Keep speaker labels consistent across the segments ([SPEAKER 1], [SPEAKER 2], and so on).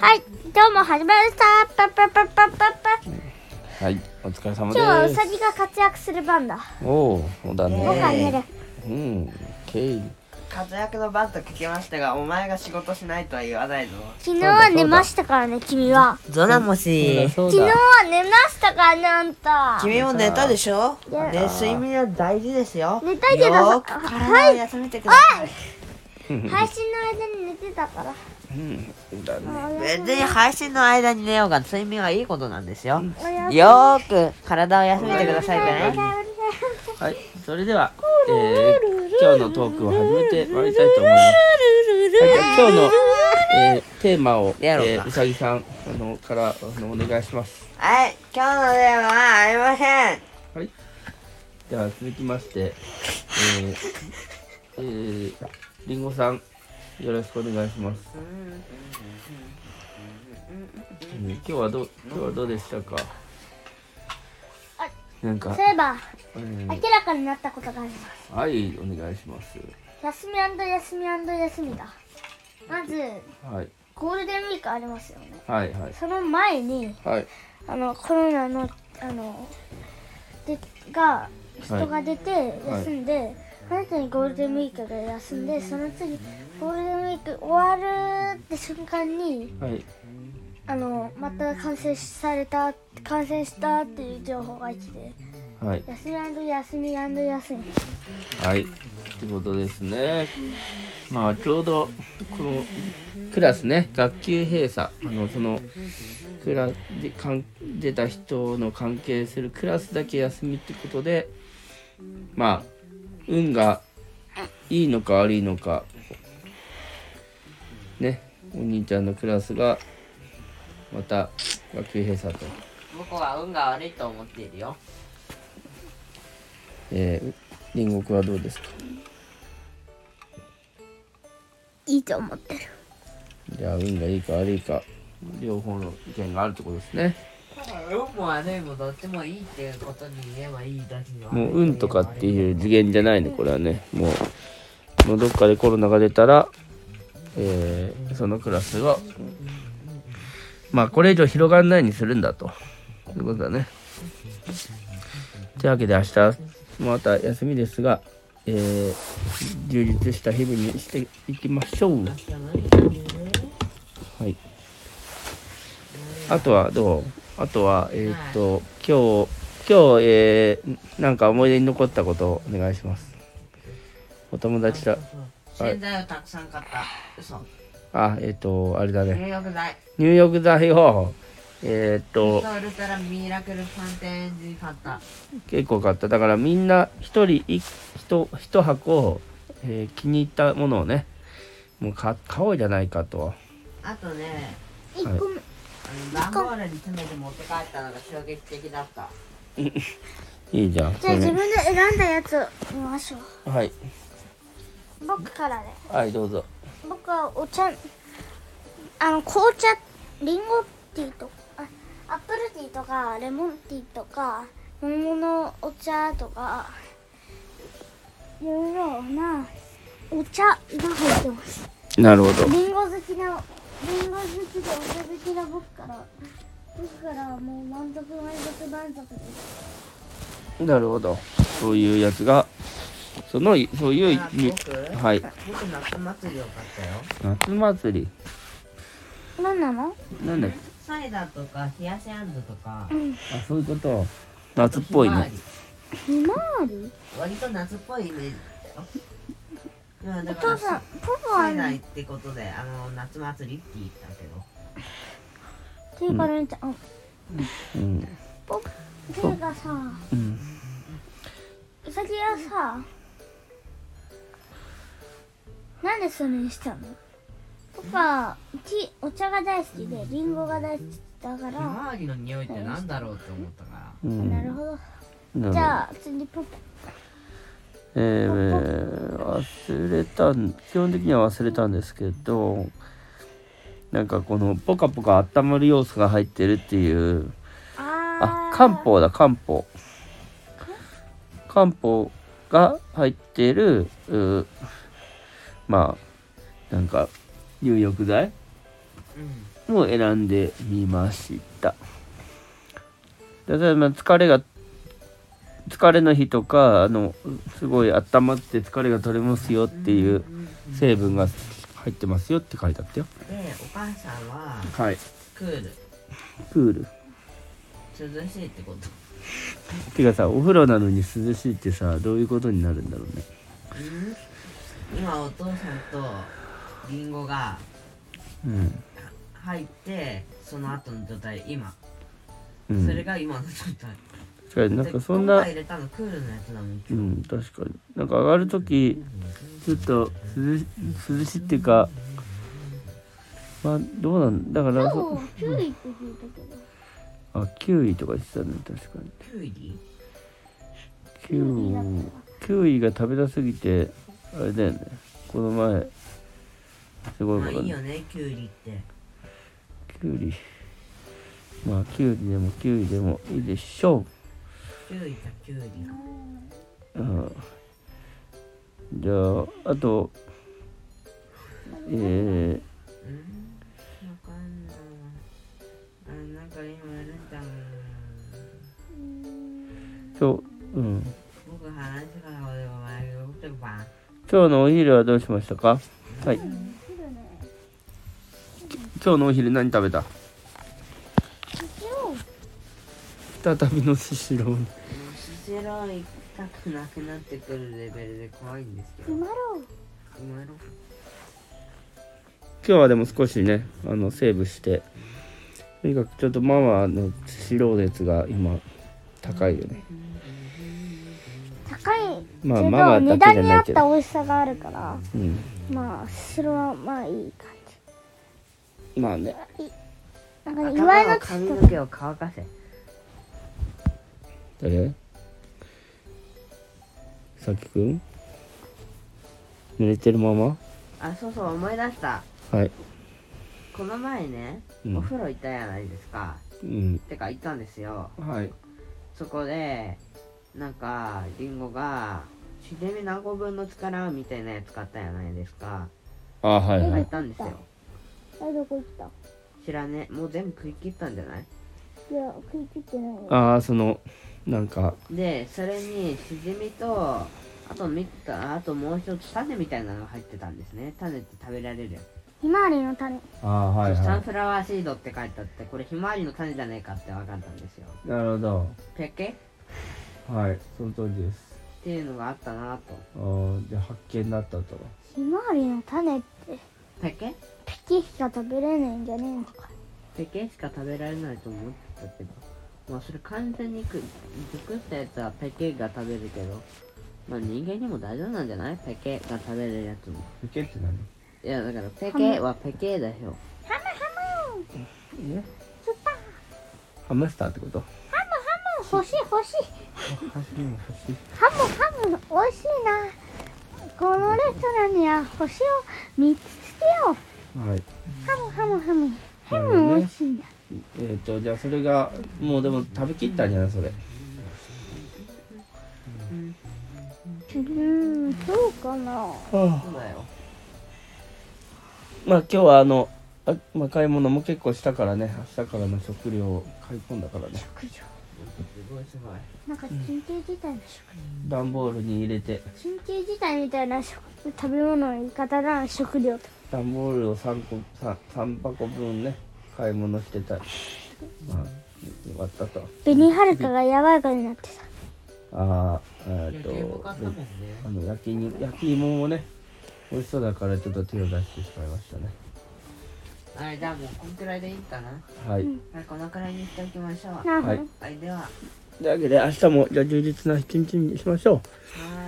[SPEAKER 1] はい、どうも始まりました。パッパッパッパッパッパ。
[SPEAKER 2] はい、お疲れ様
[SPEAKER 1] 今日はウ
[SPEAKER 2] で
[SPEAKER 1] サ
[SPEAKER 2] す。
[SPEAKER 1] ギが活躍する番だ。
[SPEAKER 2] おお、そうだ
[SPEAKER 1] ご飯や
[SPEAKER 2] ね。
[SPEAKER 1] る。
[SPEAKER 2] うん、ケイ。
[SPEAKER 3] 活躍の番と聞きましたがお前が仕事しないとは言わないぞ
[SPEAKER 1] 昨日は寝ましたからね、君は。
[SPEAKER 4] ゾナモシ
[SPEAKER 2] そう
[SPEAKER 1] 昨日
[SPEAKER 2] だ。
[SPEAKER 1] は寝ましたからね、あんた。
[SPEAKER 4] 君も寝たでしょ
[SPEAKER 1] いや
[SPEAKER 4] ね睡眠は大事ですよ
[SPEAKER 1] 寝たいけどさ
[SPEAKER 4] よーく体を休めてください
[SPEAKER 1] 配信の間に寝てたから。
[SPEAKER 2] うん、そうだね。
[SPEAKER 4] 別に配信の間に寝ようが睡眠はいいことなんですよ
[SPEAKER 1] おやすみ
[SPEAKER 4] よーく体を休めてください
[SPEAKER 1] な
[SPEAKER 4] ね
[SPEAKER 1] さい。
[SPEAKER 2] はい、それでは、えー、今日のトークを始めてまいりたいと思います。はいじゃあ今日の、えー、テーマを、
[SPEAKER 4] やろうか
[SPEAKER 2] えー、うさぎさんあのからあのお願いします。
[SPEAKER 4] はい今日の電話はありません
[SPEAKER 2] はい。では続きまして、えー、えー、りんごさん、よろしくお願いします。うん今日はどう今日はどうでしたか。なんか
[SPEAKER 1] そう、いえば、
[SPEAKER 2] うん
[SPEAKER 1] 明らかになったことがあります。
[SPEAKER 2] はい、お願いします。
[SPEAKER 1] 休み休み休みだ。まず、
[SPEAKER 2] はい、
[SPEAKER 1] ゴールデンウィークありますよね。
[SPEAKER 2] はい、はい、
[SPEAKER 1] その前に、
[SPEAKER 2] はい、
[SPEAKER 1] あのコロナのあのでが人が出て休んで、その後にゴールデンウィークが休んでその次ゴールデンウィーク終わるって瞬間に
[SPEAKER 2] はい、
[SPEAKER 1] あのまた感染された感染したっていう情報が来て
[SPEAKER 2] はい、
[SPEAKER 1] 休み休み休み
[SPEAKER 2] はい、ってことですね。まあ、ちょうど、このクラスね、学級閉鎖、あの、その。クラでかん出た人の関係するクラスだけ休みってことでまあ運がいいのか悪いのかねお兄ちゃんのクラスがまた学級閉鎖と
[SPEAKER 4] 僕は運が悪いと思っているよ
[SPEAKER 2] えー、隣国はどうですか
[SPEAKER 1] いいと思ってる
[SPEAKER 2] じゃあ運がいいか悪いか両方の意見があるってことですね
[SPEAKER 4] 運も悪いもどっちもいいっていうことに言えばいいだけの
[SPEAKER 2] もう運とかっていう次元じゃないねこれはねもうもうどっかでコロナが出たら、えーそのクラスがまあこれ以上広がらないようにするんだということだねというわけで明日もまた休みですが、えー充実した日々にしていきましょうはいあとはどうあとはえーっと今日今日えーなんか思い出に残ったことをお願いしますお友達だ
[SPEAKER 4] 洗剤をたくさん買った嘘
[SPEAKER 2] あえーっとあれだね
[SPEAKER 4] 入浴剤
[SPEAKER 2] 入浴剤をえーっと
[SPEAKER 4] ウルトラミラクルパンテンジ買った
[SPEAKER 2] 結構買っただからみんな一人一一一箱、えー気に入ったものをねもう買買おうじゃないかと
[SPEAKER 4] あとね
[SPEAKER 1] 一個目、
[SPEAKER 4] あの段ボールに詰めて持って帰ったのが衝撃的だった
[SPEAKER 2] いいじゃん
[SPEAKER 1] じゃあ
[SPEAKER 2] それ
[SPEAKER 1] 自分で選んだやつを見ましょう
[SPEAKER 2] はい
[SPEAKER 1] 僕からね
[SPEAKER 2] はいどうぞ
[SPEAKER 1] 僕はお茶あの紅茶リンゴティーとあアップルティーとかレモンティーとか桃のお茶とかいろいろなお茶が入ってます
[SPEAKER 2] なるほど
[SPEAKER 1] リンゴ好きなリンゴ好きでお茶好きな僕から僕からはもう満足満足満足です
[SPEAKER 2] なるほどそういうやつがそのそういう
[SPEAKER 4] あ
[SPEAKER 2] に
[SPEAKER 4] 僕
[SPEAKER 2] はい
[SPEAKER 4] 僕夏祭りを買ったよ
[SPEAKER 2] 夏祭り
[SPEAKER 1] 何なの
[SPEAKER 2] なんだっ
[SPEAKER 4] サイダーとか冷やしあんずとか
[SPEAKER 2] けあそういうこと夏っぽい
[SPEAKER 4] ひまわ
[SPEAKER 2] ね
[SPEAKER 4] り
[SPEAKER 1] ひまわり
[SPEAKER 4] 割と夏っぽいイメージだようん
[SPEAKER 1] お
[SPEAKER 4] だか
[SPEAKER 1] 父
[SPEAKER 4] ら
[SPEAKER 1] さん
[SPEAKER 4] サ
[SPEAKER 1] パパは
[SPEAKER 4] イダー
[SPEAKER 1] ね
[SPEAKER 4] ってことであの夏祭りって言ったけど
[SPEAKER 1] っていうかねちゃん
[SPEAKER 2] うん、
[SPEAKER 1] 僕ていうかさ
[SPEAKER 2] うん、
[SPEAKER 1] うさぎはさなんでそれにしたの僕はちお茶が大好きでリンゴが大好きだか
[SPEAKER 4] ひ
[SPEAKER 1] ら
[SPEAKER 4] まわりの匂いってなんだろうって思ったから
[SPEAKER 2] うん
[SPEAKER 1] なるほど
[SPEAKER 2] なるほど
[SPEAKER 1] じゃあ次ポッポ
[SPEAKER 2] えー、忘れたん基本的には忘れたんですけどなんかこのポカポカ温まる要素が入ってるっていうあ
[SPEAKER 1] あー
[SPEAKER 2] 漢方だ漢方漢方が入っているうーまあなんか入浴剤
[SPEAKER 4] うん
[SPEAKER 2] を選んでみました例えば疲れが疲れの日とかあのすごい温まって疲れが取れますよっていう成分が入ってますよって書いてあったよ
[SPEAKER 4] でお母さんは
[SPEAKER 2] はい
[SPEAKER 4] クール
[SPEAKER 2] クール
[SPEAKER 4] 涼しいってこと
[SPEAKER 2] てかさお風呂なのに涼しいってさどういうことになるんだろうね
[SPEAKER 4] 今お父さんとリンゴが
[SPEAKER 2] うん
[SPEAKER 4] 入ってその後の状態今、
[SPEAKER 2] うん
[SPEAKER 4] それが今の状態
[SPEAKER 2] 確かになんかそん
[SPEAKER 4] で今
[SPEAKER 2] な
[SPEAKER 4] 回入れたのクールのやつだもん
[SPEAKER 2] うん確かになんか上がる時ちょっと涼し涼しいっていうかまあどうなんだからそ
[SPEAKER 1] キュウリって聞いたけど。
[SPEAKER 2] あ9位とか言ってたね確かに
[SPEAKER 4] キュウリ
[SPEAKER 2] 9位9位が食べたすぎてあれだよねこの前すごい
[SPEAKER 4] まあ
[SPEAKER 2] こと
[SPEAKER 4] いい
[SPEAKER 2] に
[SPEAKER 4] よねキュウリって
[SPEAKER 2] キュウリまあキュウリでもキュウリでもいいでしょ
[SPEAKER 4] キュウリかキュウリ
[SPEAKER 2] う、うん、じゃああとえー、
[SPEAKER 4] うんわかんないあなんか今あれだもん
[SPEAKER 2] 今日うん
[SPEAKER 4] 僕話すから俺お前が僕とバン
[SPEAKER 2] 今日のお昼はどうしましたかはい今日のお昼何食べた再びのししろう
[SPEAKER 4] もうスシロー行きたくなくなってくるレベルで怖いんですけど
[SPEAKER 1] うまろう。
[SPEAKER 4] 今の
[SPEAKER 2] 今日はでも少しねあのセーブしてとにかくちょっとママのスシロー熱が今高いよね
[SPEAKER 1] 高いけ
[SPEAKER 2] まあ
[SPEAKER 1] ど、
[SPEAKER 2] ママ
[SPEAKER 1] 値
[SPEAKER 2] だけ
[SPEAKER 1] 段
[SPEAKER 2] じゃ
[SPEAKER 1] に合
[SPEAKER 2] ない
[SPEAKER 1] っ
[SPEAKER 2] けど
[SPEAKER 1] た美味しさがあるから、
[SPEAKER 2] うん
[SPEAKER 1] まあ、それはまあいい感
[SPEAKER 2] まあね
[SPEAKER 1] じ。なんかね、岩井
[SPEAKER 3] 頭の
[SPEAKER 1] の
[SPEAKER 3] 髪の毛を乾かせ
[SPEAKER 2] 誰さきくん濡れてるまま
[SPEAKER 3] あそうそう思い出した
[SPEAKER 2] はい
[SPEAKER 3] この前ね、
[SPEAKER 2] うん
[SPEAKER 3] お風呂行ったじゃないですか
[SPEAKER 2] うん
[SPEAKER 3] てか行ったんですよ
[SPEAKER 2] はい
[SPEAKER 3] そこでなんかリンゴがシデミ何個分の力みたいなやつ買ったじゃないですか
[SPEAKER 2] あはいは
[SPEAKER 3] 買っ
[SPEAKER 2] い
[SPEAKER 3] たんですよ
[SPEAKER 1] あどこ行った
[SPEAKER 3] 知らねえもう全部食い切ったんじゃない
[SPEAKER 1] いや、食い切ってないよ。
[SPEAKER 2] ああそのなんか
[SPEAKER 3] でそれにシジミとあとミったあともう一つ種みたいなのが入ってたんですね種って食べられるやつ
[SPEAKER 1] ひまわりの種。
[SPEAKER 2] ああはい
[SPEAKER 3] サンフラワーシードって書いてあってこれひまわりの種じゃねえかって分かったんですよ
[SPEAKER 2] いなるほど
[SPEAKER 3] ペッケっ
[SPEAKER 2] はいその通りです
[SPEAKER 3] ていうのがあったなと
[SPEAKER 2] あーで発見だったと
[SPEAKER 1] ひまわりの種って、
[SPEAKER 3] ペッケ
[SPEAKER 1] ペキしか食べれないんじゃねえのか。
[SPEAKER 3] ペッケしか食べられないと思ってたけどまあそれ完全にく熟ったやつはペッケが食べるけどまあ人間にも大丈夫なんじゃないペッケが食べれるやつも
[SPEAKER 2] 受けって何
[SPEAKER 3] いやだからペッケはペッケだよ
[SPEAKER 1] ハムハム
[SPEAKER 2] え
[SPEAKER 1] 釣ったハ
[SPEAKER 2] ハムスターってこと
[SPEAKER 1] ム欲しい欲しい
[SPEAKER 2] 欲しい
[SPEAKER 1] ハムハム美味しいなこのレストランには星を3つつけよう
[SPEAKER 2] はい
[SPEAKER 1] ハムハムハムハ
[SPEAKER 2] なるほ
[SPEAKER 1] ム
[SPEAKER 2] ど
[SPEAKER 1] 美
[SPEAKER 2] ね
[SPEAKER 1] 味しいんだ
[SPEAKER 2] えっ、とじゃあそれがもうでも食べきったんじゃないそれ
[SPEAKER 1] うーんそうかな
[SPEAKER 3] そうだよ
[SPEAKER 2] まあ今日はあのあ、まあ、買い物も結構したからね明日からの食料を買い込んだからね
[SPEAKER 4] すごいすごい
[SPEAKER 1] なんか緊急事態の食
[SPEAKER 2] 段ボールに入れて
[SPEAKER 1] 緊急事態みたいな食食べ物の言い方だな食料と
[SPEAKER 2] 段ボールを3個 3, 三箱分ね買い物してたまあ終わったと
[SPEAKER 1] 紅はるかがやばいかになってた
[SPEAKER 2] あーえっ、
[SPEAKER 4] 焼
[SPEAKER 2] と
[SPEAKER 4] き芋買ったもんね
[SPEAKER 2] あの焼きに焼き芋もね美味しそうだからちょっと手を出してしまいましたね
[SPEAKER 4] あれじゃあもうこんくらいでいいかな
[SPEAKER 2] はい、
[SPEAKER 4] はいこのくらいにしておきましょう
[SPEAKER 1] なるほど、
[SPEAKER 2] はい
[SPEAKER 4] はいではは
[SPEAKER 2] というわけで明日もじゃあ充実な一日にしましょ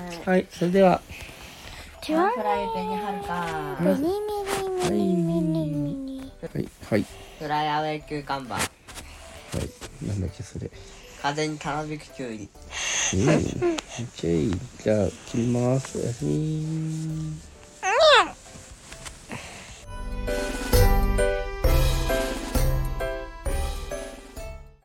[SPEAKER 4] ーいう
[SPEAKER 2] はいそれでは
[SPEAKER 1] じゃあ
[SPEAKER 4] フライペンに貼るか
[SPEAKER 1] ミニミニミニミニミニ
[SPEAKER 2] はいはい
[SPEAKER 4] フライアウェイ休看板
[SPEAKER 2] はいなんだっけそれ
[SPEAKER 4] 風にたなびくキュウリ
[SPEAKER 2] うん OK じゃあ切りますおやすみ